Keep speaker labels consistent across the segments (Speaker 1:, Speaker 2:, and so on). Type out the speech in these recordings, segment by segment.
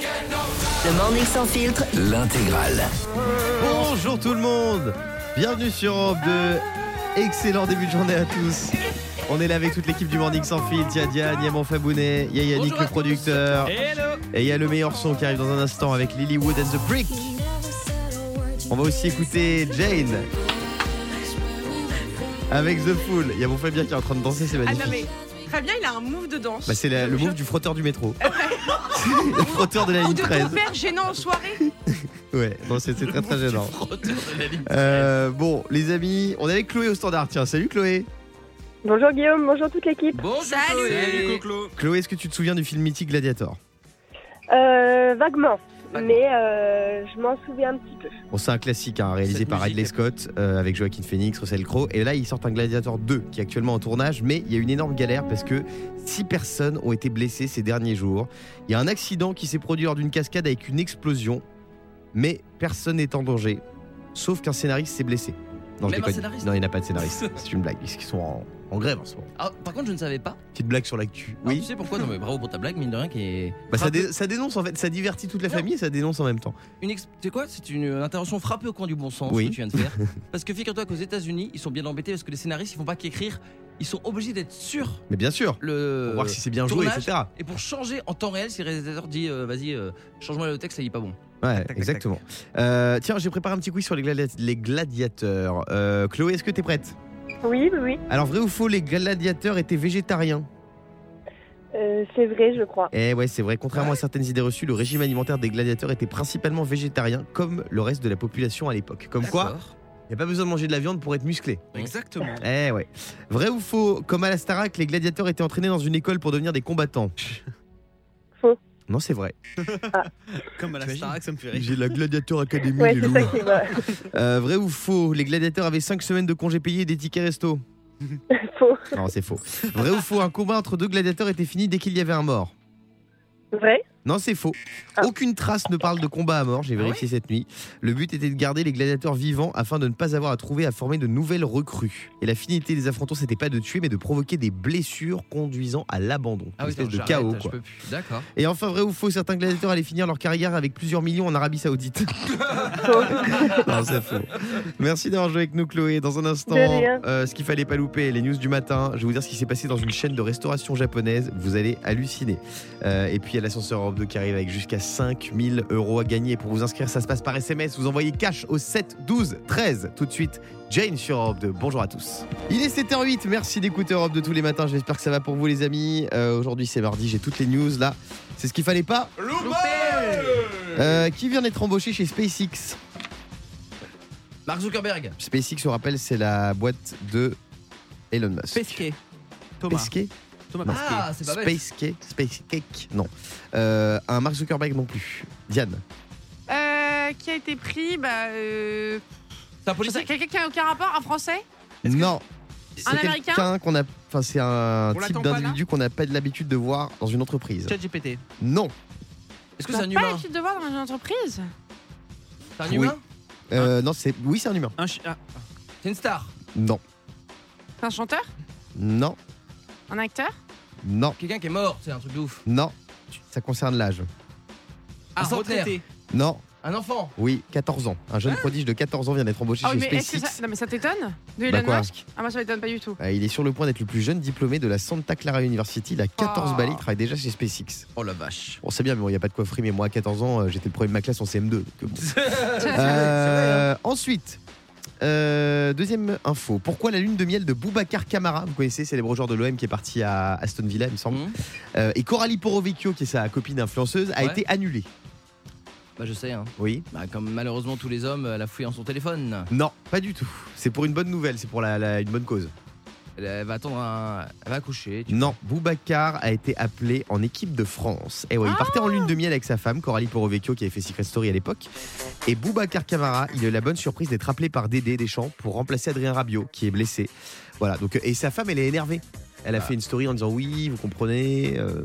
Speaker 1: Le Morning Sans Filtre,
Speaker 2: L'intégrale.
Speaker 3: Bonjour tout le monde Bienvenue sur Europe 2 Excellent début de journée à tous On est là avec toute l'équipe du Morning Sans Filtre Il y a Diane, il y a mon Fabounet, il y a Yannick le producteur Et il y a le meilleur son qui arrive dans un instant avec Lily Wood and the Brick On va aussi écouter Jane avec The Fool, il y a mon Fabien qui est en train de danser, c'est
Speaker 4: Ah
Speaker 3: magnifique.
Speaker 4: non mais Fabien il a un move de danse.
Speaker 3: Bah, c'est la- le move du frotteur du métro. le frotteur de la
Speaker 4: Ou
Speaker 3: ligne
Speaker 4: Oh, de
Speaker 3: 13.
Speaker 4: ton père gênant en soirée.
Speaker 3: Ouais, non, c'est c'est très très gênant. Euh, bon, les amis, on est avec Chloé au standard. Tiens, salut Chloé.
Speaker 5: Bonjour Guillaume, bonjour toute l'équipe.
Speaker 4: Salut.
Speaker 3: Chloé, est-ce que tu te souviens du film mythique Gladiator
Speaker 5: Euh, vaguement, mais euh, je m'en souviens un petit peu.
Speaker 3: Bon, c'est un classique hein, réalisé
Speaker 6: Cette
Speaker 3: par
Speaker 6: musique
Speaker 3: Ridley Scott euh, avec Joaquin Phoenix, Russell Crowe. Et là, ils sortent un Gladiator 2 qui est actuellement en tournage, mais il y a une énorme galère parce que six personnes ont été blessées ces derniers jours. Il y a un accident qui s'est produit lors d'une cascade avec une explosion, mais personne n'est en danger, sauf qu'un scénariste s'est blessé. Non, je
Speaker 6: Même un
Speaker 3: déconne.
Speaker 6: scénariste
Speaker 3: non, il n'y en a pas de scénariste. c'est une blague, puisqu'ils sont en, en grève en ce moment.
Speaker 6: Ah, par contre, je ne savais pas.
Speaker 3: Petite blague sur l'actu.
Speaker 6: Alors, tu sais pourquoi Non, mais bravo pour ta blague, mine de rien, qui est.
Speaker 3: Bah, ça,
Speaker 6: frappée-
Speaker 3: dé- ça dénonce en fait, ça divertit toute la
Speaker 6: Non.
Speaker 3: famille et ça dénonce en même temps.
Speaker 6: une ex- C'est quoi C'est une euh, intervention frappée au coin du bon sens
Speaker 3: Oui.
Speaker 6: que tu viens de faire. parce que figure-toi qu'aux États-Unis, ils sont bien embêtés parce que les scénaristes, ils font pas qu'écrire. Ils sont obligés d'être sûrs
Speaker 3: Mais bien sûr,
Speaker 6: le.
Speaker 3: pour voir si c'est bien joué,
Speaker 6: Euh, tournage.
Speaker 3: etc.
Speaker 6: Et pour changer en temps réel, si le réalisateur dit euh, vas-y, euh, change-moi le texte, ça y est pas bon.
Speaker 3: Ouais,
Speaker 6: tac,
Speaker 3: exactement. Euh, tiens, j'ai préparé un petit quiz sur les, gladi- les gladiateurs. Euh, Chloé, est-ce que t'es prête
Speaker 5: Oui, oui, oui.
Speaker 3: Alors, vrai ou faux, les gladiateurs étaient végétariens
Speaker 5: Euh, c'est vrai, je crois.
Speaker 3: Eh ouais, c'est vrai. Contrairement à certaines idées reçues, le régime alimentaire des gladiateurs était principalement végétarien, comme le reste de la population à l'époque. Comme quoi,
Speaker 6: D'accord. Ah
Speaker 3: il n'y a pas besoin de manger de la viande pour être musclé.
Speaker 7: Exactement.
Speaker 3: Eh ouais. Vrai ou faux, comme à la Starac, les gladiateurs étaient entraînés dans une école pour devenir des combattants
Speaker 5: Faux.
Speaker 3: Non, c'est vrai.
Speaker 7: Comme à la
Speaker 3: T'imagines
Speaker 7: Starac, ça me fait rire.
Speaker 3: J'ai la gladiateur académie.
Speaker 5: Ouais, c'est ça qui va.
Speaker 3: Euh, vrai ou faux, les gladiateurs avaient 5 semaines de congés payés et des tickets resto
Speaker 5: Faux.
Speaker 3: Non, c'est faux. Vrai ou faux, un combat entre deux gladiateurs était fini dès qu'il y avait un mort
Speaker 5: Vrai
Speaker 3: Non, c'est faux.
Speaker 5: Ah.
Speaker 3: Aucune trace ne parle de combat à mort, j'ai vérifié cette nuit. Le but était de garder les gladiateurs vivants afin de ne pas avoir à trouver à former de nouvelles recrues. Et la finalité des affrontants, c'était pas de tuer, mais de provoquer des blessures conduisant à l'abandon.
Speaker 6: Ah oui,
Speaker 3: Une espèce
Speaker 6: attends,
Speaker 3: de
Speaker 6: j'arrête,
Speaker 3: chaos,
Speaker 6: je
Speaker 3: quoi.
Speaker 6: peux plus. D'accord.
Speaker 3: Et enfin, vrai ou faux, certains gladiateurs allaient finir leur carrière avec plusieurs millions en Arabie Saoudite. non, c'est faux. Merci d'avoir joué avec nous, Chloé. Dans un instant,
Speaker 5: De rien.
Speaker 3: euh, ce qu'il fallait pas louper, les news du matin. Je vais vous dire ce qui s'est passé dans une chaîne de restauration japonaise. Vous allez halluciner. Euh, et puis, il y a l'ascenseur Europe 2 qui arrive avec jusqu'à 5000 euros à gagner. Pour vous inscrire, ça se passe par SMS. Vous envoyez cash au 7 12 13. Tout de suite, Jane sur Europe 2. Bonjour à tous. Il est 7h08. Merci d'écouter Europe 2 tous les matins. J'espère que ça va pour vous, les amis. Euh, Aujourd'hui, c'est mardi. J'ai toutes les news là. C'est ce qu'il fallait pas. Euh, qui vient d'être embauché chez SpaceX
Speaker 6: Mark Zuckerberg.
Speaker 3: SpaceX, je rappelle, c'est la boîte de Elon Musk.
Speaker 6: Pesquet.
Speaker 7: Thomas.
Speaker 3: Pesquet
Speaker 7: Thomas
Speaker 3: Non.
Speaker 6: Ah, c'est pas bête.
Speaker 3: Spacecake Spacecake Non. Euh, un Mark Zuckerberg non plus. Diane.
Speaker 4: Euh, qui a été pris bah, euh,
Speaker 6: C'est un
Speaker 4: je sais-
Speaker 6: politique.
Speaker 4: Quelqu'un qui a aucun rapport Un français
Speaker 7: Est-ce que-
Speaker 3: Non. C'est
Speaker 4: Un Américain
Speaker 3: quelqu'un qu'on a. Enfin, c'est un
Speaker 7: On
Speaker 3: type
Speaker 7: l'attend pas,
Speaker 3: d'individu qu'on n'a pas de l'habitude de voir dans une entreprise.
Speaker 7: Chat GPT.
Speaker 3: Non.
Speaker 6: Est-ce que hein. c'est un
Speaker 4: Bah, Pas
Speaker 6: humain
Speaker 4: l'habitude de voir dans une entreprise
Speaker 6: C'est un
Speaker 3: Oui.
Speaker 6: humain
Speaker 4: Hein
Speaker 3: Euh, Non, c'est. Oui, c'est un humain.
Speaker 7: Un chi- ah,
Speaker 6: C'est une star.
Speaker 3: Non.
Speaker 4: C'est un chanteur
Speaker 3: Non.
Speaker 4: Un acteur
Speaker 3: Non.
Speaker 6: Quelqu'un qui est mort, c'est un truc de ouf.
Speaker 3: Non. Ça concerne l'âge.
Speaker 6: Un
Speaker 7: un
Speaker 6: centenaire.
Speaker 7: retraité.
Speaker 3: Non.
Speaker 6: Un enfant.
Speaker 3: Oui, 14 ans. Un jeune prodige de 14 ans vient d'être embauché
Speaker 4: Ah oui,
Speaker 3: chez
Speaker 4: mais est-ce que
Speaker 3: SpaceX.
Speaker 4: ça, non, mais ça t'étonne De
Speaker 3: Bah
Speaker 4: Elon
Speaker 3: quoi
Speaker 4: Musk Ah moi ça m'étonne pas du tout.
Speaker 3: Euh, Il est sur le point d'être le plus jeune diplômé de la Santa Clara University. Il a 14
Speaker 4: Ah.
Speaker 3: balais, il travaille déjà chez SpaceX.
Speaker 6: Oh la vache.
Speaker 3: On sait bien, mais bon, il n'y a pas de quoi frimer. Moi, à 14 ans, euh, j'étais le premier de ma classe en CM2. donc, euh, bon.
Speaker 4: hein.
Speaker 3: Euh, ensuite, euh, deuxième info. Pourquoi la lune de miel de Boubacar Camara Vous connaissez, célèbre joueur de l'OM qui est parti à Aston Villa, il me
Speaker 7: Hmm.
Speaker 3: semble.
Speaker 6: Mhm.
Speaker 3: Euh, et Coralie Porovecchio, qui est sa copine influenceuse, a
Speaker 6: Ouais.
Speaker 3: été annulée.
Speaker 6: Bah je sais hein.
Speaker 3: Oui.
Speaker 6: Bah, comme malheureusement tous les hommes, elle a fouillé en son téléphone.
Speaker 3: Non, pas du tout. C'est pour une bonne nouvelle, c'est pour la- la- une bonne cause.
Speaker 6: Elle, elle va attendre un. Elle va accoucher. tu-
Speaker 3: Non, Boubacar a été appelé en équipe de France. Et ouais, il partait en lune de miel avec sa femme, Coralie Porovecchio, qui avait fait Secret Story à l'époque. Et Boubacar Camara, il a eu la bonne surprise d'être appelé par Dédé Deschamps pour remplacer Adrien Rabiot, qui est blessé. Voilà, donc, euh, et sa femme, elle est énervée. Elle a fait une story en disant Oui, vous comprenez, euh,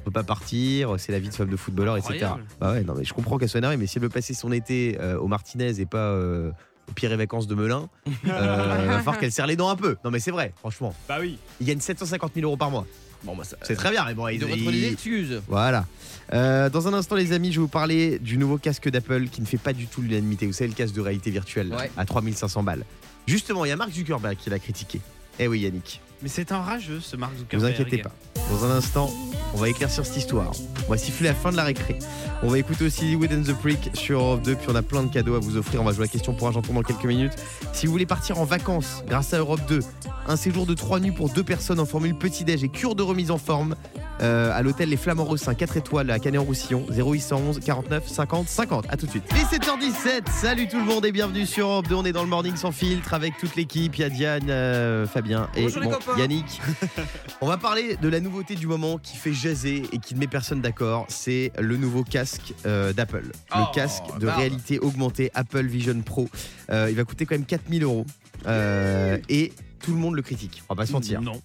Speaker 3: on peut pas partir, c'est la vie de femme de footballeur, etc.
Speaker 7: Incroyable.
Speaker 3: Bah ouais, non, mais je comprends qu'elle soit énervée, mais si elle veut passer son été euh, au Martinez et pas euh, aux pires et vacances de Melun, euh, il va falloir qu'elle serre les dents un peu. Non, mais c'est vrai, franchement.
Speaker 7: Bah oui.
Speaker 3: Il gagne 750 000 euros par mois.
Speaker 6: Bon, bah, ça,
Speaker 3: C'est très bien, mais bon,
Speaker 6: ils
Speaker 3: ils
Speaker 6: devraient
Speaker 3: ils-
Speaker 6: trouver des excuses.
Speaker 3: Voilà. Euh, dans un instant, les amis, je vais vous parler du nouveau casque d'Apple qui ne fait pas du tout l'unanimité. Vous savez, le casque de réalité virtuelle là,
Speaker 6: Ouais.
Speaker 3: à 3500 balles. Justement, il y a Mark Zuckerberg qui l'a critiqué. Eh oui, Yannick,
Speaker 7: Mais c'est un rageux ce Mark
Speaker 3: ne vous
Speaker 7: Zuckerberg.
Speaker 3: inquiétez pas. Dans un instant, on va éclaircir cette histoire. On va siffler la fin de la récré. On va écouter aussi Wood and the Freak sur Europe 2. Puis on a plein de cadeaux à vous offrir. On va jouer à la question pour un janton dans quelques minutes. Si vous voulez partir en vacances grâce à Europe 2, un séjour de 3 nuits pour deux personnes en formule petit-déj et cure de remise en forme euh, à l'hôtel Les Flamants Rossins, 4 étoiles à Canet-en-Roussillon, 0811 49 50 50. À tout de suite. Les 7h17, salut tout le monde et bienvenue sur Europe 2. On est dans le Morning Sans Filtre avec toute l'équipe. Il y a Diane, euh, Fabien et
Speaker 6: Bonjour les copains.
Speaker 3: Yannick. On va parler de la nouveauté du moment qui fait jaser et qui ne met personne d'accord. C'est le nouveau casque euh, d'Apple. Le
Speaker 6: Oh,
Speaker 3: casque de
Speaker 6: barbe.
Speaker 3: réalité augmentée Apple Vision Pro. Euh, il va coûter quand même 4000 euros. Euh, et tout le monde le critique. On va pas se mentir.
Speaker 6: Mm.
Speaker 7: Non.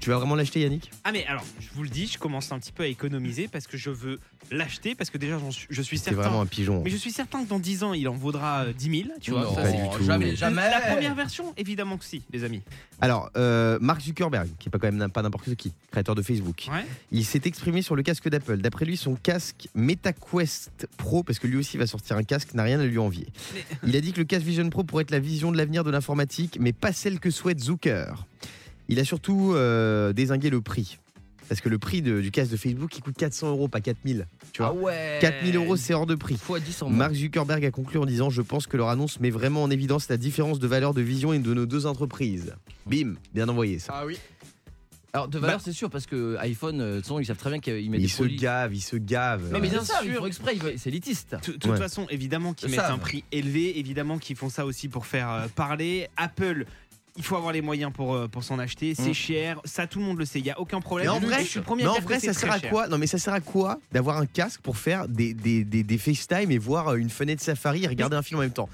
Speaker 3: Tu vas vraiment l'acheter, Yannick
Speaker 7: Ah mais alors, je vous le dis, je commence un petit peu à économiser parce que je veux l'acheter parce que déjà j'en suis- je suis
Speaker 3: C'est
Speaker 7: certain.
Speaker 3: vraiment un pigeon.
Speaker 7: Mais je suis certain que dans 10 ans, il en vaudra euh, 10 000, tu vois.
Speaker 6: Non,
Speaker 7: ça,
Speaker 3: pas
Speaker 7: c'est-
Speaker 3: du tout.
Speaker 6: Jamais, jamais.
Speaker 7: La première version, évidemment que si, les amis.
Speaker 3: Alors, euh, Mark Zuckerberg, qui est pas quand même pas n'importe qui, créateur de Facebook,
Speaker 7: Ouais.
Speaker 3: il s'est exprimé sur le casque d'Apple. D'après lui, son casque MetaQuest Pro, parce que lui aussi va sortir un casque, n'a rien à lui envier.
Speaker 7: Mais-
Speaker 3: Il a dit que le casque Vision Pro pourrait être la vision de l'avenir de l'informatique, mais pas celle que souhaite Zucker. Il a surtout euh, désingué le prix. Parce que le prix de- du casque de Facebook, il coûte 400 euros, pas 4000. Tu vois
Speaker 6: Ah ouais.
Speaker 3: 4000 euros, c'est hors de prix.
Speaker 6: fois 10 en moins.
Speaker 3: Mark Zuckerberg a conclu en disant Je pense que leur annonce met vraiment en évidence la différence de valeur de vision et de nos deux entreprises. Bim, bien envoyé ça.
Speaker 6: Ah oui. Alors de valeur c'est sûr parce que iPhone, euh, de toute façon, ils savent très bien qu'ils mettent
Speaker 3: ils
Speaker 6: des
Speaker 3: se
Speaker 6: produits.
Speaker 3: gavent, ils se gavent.
Speaker 6: Non mais
Speaker 7: Bien
Speaker 6: bien sûr, ils
Speaker 7: sûr.
Speaker 6: font exprès, ils veulent- c'est élitiste.
Speaker 7: De toute
Speaker 3: Ouais.
Speaker 7: façon, évidemment qu'ils
Speaker 6: Ça,
Speaker 7: mettent un
Speaker 6: ouais.
Speaker 7: prix élevé, évidemment qu'ils font ça aussi pour faire euh, parler. Apple, il faut avoir les moyens pour, euh, pour s'en acheter, c'est
Speaker 6: Mm.
Speaker 7: cher, ça tout le monde le sait, il n'y a aucun problème.
Speaker 3: Mais en
Speaker 7: Je
Speaker 3: vrai,
Speaker 7: suis le premier
Speaker 3: Mais
Speaker 7: à
Speaker 3: en
Speaker 7: dire
Speaker 3: vrai,
Speaker 7: que
Speaker 3: ça
Speaker 7: c'est
Speaker 3: sert
Speaker 7: très
Speaker 3: à
Speaker 7: cher.
Speaker 3: quoi Non, mais ça sert à quoi d'avoir un casque pour faire des, des, des, des FaceTime et voir euh, une fenêtre safari et regarder un film en même temps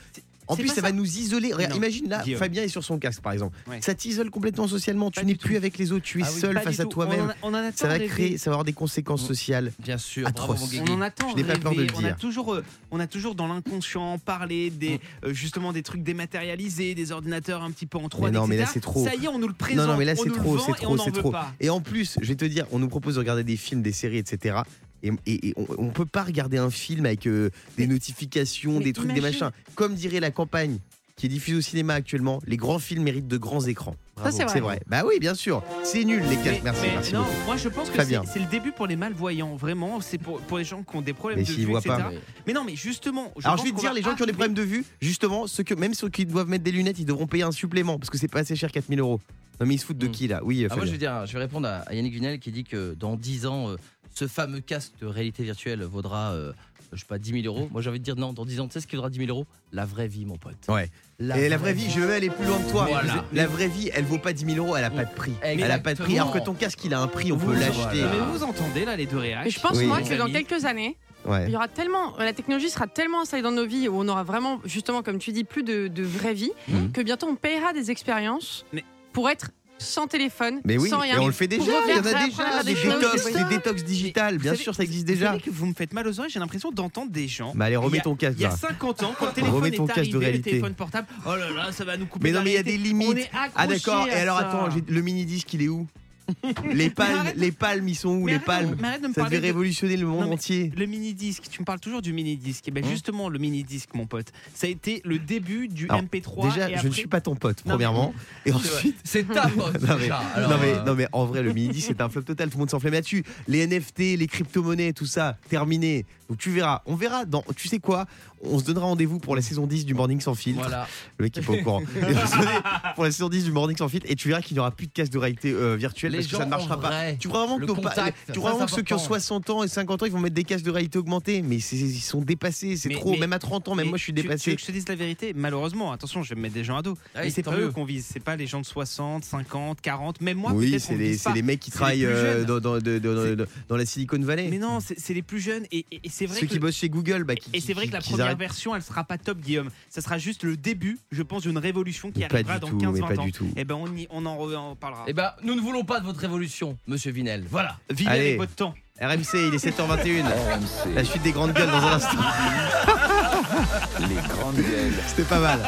Speaker 3: En
Speaker 7: c'est
Speaker 3: plus,
Speaker 7: pas
Speaker 3: ça, va nous isoler. Regarde,
Speaker 7: Non.
Speaker 3: imagine là,
Speaker 7: Guillaume.
Speaker 3: Fabien est sur son casque par exemple.
Speaker 7: Ouais.
Speaker 3: Ça t'isole complètement socialement.
Speaker 7: Pas
Speaker 3: tu
Speaker 7: du
Speaker 3: n'es plus avec les autres, tu es
Speaker 6: Ah oui,
Speaker 3: seul
Speaker 7: Pas du
Speaker 3: face à
Speaker 7: tout.
Speaker 3: toi-même.
Speaker 7: On en, on en attend
Speaker 3: Ça va
Speaker 7: rêver.
Speaker 3: créer, ça va avoir des conséquences
Speaker 6: Mm.
Speaker 3: sociales.
Speaker 6: Bien sûr.
Speaker 3: Atroce.
Speaker 6: Bravo, mon
Speaker 7: On
Speaker 6: Guigui.
Speaker 7: en attend.
Speaker 3: Je n'ai pas
Speaker 7: rêver.
Speaker 3: peur de le
Speaker 7: On a
Speaker 3: dire. Mm.
Speaker 7: toujours, euh, on a toujours dans l'inconscient parlé des, euh, justement des trucs dématérialisés, des ordinateurs un petit peu en 3D.
Speaker 3: non, mais là,
Speaker 7: etc.
Speaker 3: c'est trop.
Speaker 7: Ça y est, on nous le présente.
Speaker 3: non, mais là,
Speaker 7: on
Speaker 3: c'est
Speaker 7: nous le
Speaker 3: trop,
Speaker 7: vend
Speaker 3: c'est
Speaker 7: et
Speaker 3: trop,
Speaker 7: on n'en
Speaker 3: c'est
Speaker 7: veut
Speaker 3: trop.
Speaker 7: pas.
Speaker 3: Et en plus, je vais te dire, on nous propose de regarder des films, des séries, etc. Et, et- et on, on peut pas regarder un film avec euh, des notifications,
Speaker 7: mais
Speaker 3: des trucs, des
Speaker 7: imagine-
Speaker 3: machins. Comme dirait la campagne qui est diffusée au cinéma actuellement, les grands films méritent de grands écrans.
Speaker 4: Ça, c'est vrai.
Speaker 3: C'est vrai. Bah oui, bien sûr. C'est nul, les
Speaker 7: Mais-
Speaker 3: casques. Merci,
Speaker 7: mais
Speaker 3: merci
Speaker 7: non,
Speaker 3: beaucoup.
Speaker 7: moi je pense que
Speaker 3: Fabien.
Speaker 7: c'est c'est le début pour les malvoyants, vraiment. C'est pour, pour les gens qui ont des problèmes
Speaker 3: Mais
Speaker 7: de
Speaker 3: s'ils
Speaker 7: vue,
Speaker 3: voient
Speaker 7: etc.
Speaker 3: pas.
Speaker 6: Ouais.
Speaker 7: Mais non, mais justement. Je
Speaker 3: Alors
Speaker 7: pense
Speaker 3: je vais te
Speaker 7: qu'on
Speaker 3: dire,
Speaker 7: va
Speaker 3: les gens qui ont des
Speaker 7: arriver-
Speaker 3: problèmes de vue, justement, ceux que, même ceux qui doivent mettre des lunettes, ils devront payer un supplément parce que c'est pas assez cher, 4000 euros. Non mais ils se foutent de
Speaker 7: Hmm.
Speaker 6: Mm.
Speaker 3: qui là Oui,
Speaker 6: Ah, moi, je
Speaker 3: Fabien.
Speaker 6: vais, dire, je vais répondre à, à Yannick Vinel qui dit que dans 10 ans, euh, ce fameux casque de réalité virtuelle vaudra, euh, je sais pas, 10 000 euros. Moi, j'ai envie de dire non, dans 10 ans, tu sais ce qui vaudra 10 000 euros La vraie vie, mon pote.
Speaker 3: Ouais. Et la vraie vie, je veux aller plus loin que toi.
Speaker 6: Voilà.
Speaker 3: La vraie vie, elle vaut pas 10 000 euros, elle a pas de prix. Elle a pas de prix. Alors que ton casque, il a un prix, on
Speaker 7: Vous
Speaker 3: peut
Speaker 7: vous-
Speaker 3: l'acheter.
Speaker 6: Voilà.
Speaker 7: Mais vous entendez là les deux réactions.
Speaker 4: Mais je pense,
Speaker 3: Oui.
Speaker 4: moi, que
Speaker 7: Les
Speaker 4: dans
Speaker 7: amis.
Speaker 4: quelques années, il
Speaker 3: Ah. Ouais.
Speaker 4: y aura tellement, la technologie sera tellement installée dans nos vies où on aura vraiment, justement, comme tu dis, plus de, de vraie vie,
Speaker 6: Mhm.
Speaker 4: que bientôt on paiera des expériences
Speaker 7: Mais-
Speaker 4: pour être sans téléphone,
Speaker 3: Mais oui,
Speaker 4: sans rien.
Speaker 3: et on le fait déjà.
Speaker 4: Pour
Speaker 3: Il y en
Speaker 4: revenir
Speaker 3: a
Speaker 4: après,
Speaker 3: déjà
Speaker 4: après,
Speaker 3: des
Speaker 4: des choses,
Speaker 3: détox,
Speaker 4: c'est
Speaker 3: des
Speaker 4: ça.
Speaker 3: détox digitales. Bien
Speaker 7: Vous savez-
Speaker 3: sûr, ça existe
Speaker 7: vous
Speaker 3: déjà.
Speaker 7: savez que vous me faites mal aux oreilles, j'ai l'impression d'entendre des gens.
Speaker 3: Mais allez,
Speaker 7: Il y
Speaker 3: remets
Speaker 7: a-
Speaker 3: ton casque
Speaker 7: Il y a
Speaker 3: là.
Speaker 7: 50 ans, quand le téléphone
Speaker 3: Remets ton
Speaker 7: est
Speaker 3: casque de
Speaker 7: arrivé, le
Speaker 3: réalité.
Speaker 7: téléphone portable, oh là là, ça va nous couper.
Speaker 3: Mais non, mais il y a des limites. Ah d'accord. Et alors attends, j'ai-
Speaker 7: j'ai
Speaker 3: le mini disque, il est où Les palmes,
Speaker 7: arrête-
Speaker 3: les palmes, ils sont où les palmes
Speaker 7: Mais arrête de me
Speaker 3: Ça devait
Speaker 7: parler de-
Speaker 3: révolutionner le monde
Speaker 7: mais-
Speaker 3: entier.
Speaker 7: Le mini disque, tu me parles toujours du mini disque. Et bien
Speaker 6: Hein
Speaker 7: justement, le mini disque, mon pote, ça a été le début du
Speaker 3: Alors,
Speaker 7: MP3.
Speaker 3: Déjà,
Speaker 7: et
Speaker 3: je
Speaker 7: après-
Speaker 3: ne suis pas ton pote,
Speaker 7: Non, mais-
Speaker 3: premièrement. Et
Speaker 6: C'est
Speaker 3: ensuite.
Speaker 6: vrai. C'est ta pote.
Speaker 3: Non mais,
Speaker 6: déjà. Alors,
Speaker 3: non, mais,
Speaker 6: euh,
Speaker 3: non mais en vrai le mini c'est un flop total, tout le monde s'enflamme là-dessus. Les NFT, les crypto-monnaies, tout ça, terminé. Donc tu verras, on verra dans, tu sais quoi, on se donnera rendez-vous pour la saison 10 du Morning Sans Filtre.
Speaker 6: Voilà.
Speaker 3: Le mec est pas au courant. Et on se donnera pour la saison 10 du Morning Sans Filtre et tu verras qu'il n'y aura plus de casse de réalité euh, virtuelle parce que ça ne marchera pas. Tu crois vraiment, que,
Speaker 6: Le
Speaker 3: nos pa-
Speaker 6: contact,
Speaker 3: tu crois
Speaker 6: ça,
Speaker 3: vraiment que
Speaker 6: c'est
Speaker 3: ceux qui ont
Speaker 6: important.
Speaker 3: 60 ans et 50 ans, ils vont mettre des cases de réalité augmentée Mais c'est- ils sont dépassés, c'est
Speaker 7: Mais-
Speaker 3: trop.
Speaker 7: mais-
Speaker 3: même à 30 ans, même
Speaker 7: Mais
Speaker 3: moi je suis
Speaker 7: tu- Tu veux
Speaker 3: dépassé.
Speaker 7: que je te dise la vérité Malheureusement, attention, je vais me mettre des gens à dos.
Speaker 6: Ah oui,
Speaker 7: mais c'est
Speaker 6: tant
Speaker 7: pas eux
Speaker 6: mieux.
Speaker 7: qu'on vise, c'est pas les gens de 60, 50, 40, même moi.
Speaker 3: oui,
Speaker 7: peut-être
Speaker 3: c'est
Speaker 7: qu'on
Speaker 3: les,
Speaker 7: vise
Speaker 3: c'est
Speaker 7: pas.
Speaker 3: les mecs qui
Speaker 7: C'est les
Speaker 3: travaillent
Speaker 7: plus
Speaker 3: euh,
Speaker 7: jeunes.
Speaker 3: dans, dans- de- de-
Speaker 7: C'est-
Speaker 3: de- dans la Silicon Valley.
Speaker 7: Mais non, c'est c'est les plus jeunes. Et, et- et c'est vrai
Speaker 3: Ceux
Speaker 7: que
Speaker 3: qui bossent chez Google, bah, qui,
Speaker 7: Et c'est vrai
Speaker 3: qui-
Speaker 7: que la
Speaker 3: qu'ils
Speaker 7: première
Speaker 3: arrêtent.
Speaker 7: version, elle sera pas top, Guillaume. Ça sera juste le début, je pense, d'une révolution qui
Speaker 3: Mais pas
Speaker 7: arrivera
Speaker 3: du
Speaker 7: dans
Speaker 3: tout, mais
Speaker 7: 15-20
Speaker 3: pas
Speaker 7: ans.
Speaker 3: du tout.
Speaker 7: Et ben on, y- on en reparlera.
Speaker 6: Eh ben, nous ne voulons pas de votre révolution, monsieur Vinel. Voilà.
Speaker 7: Vivez
Speaker 3: Allez.
Speaker 7: avec votre temps.
Speaker 3: RMC, il est 7h21. La
Speaker 1: RMC,
Speaker 3: suite des grandes gueules dans un instant.
Speaker 1: les grandes gueules.
Speaker 3: C'était pas mal.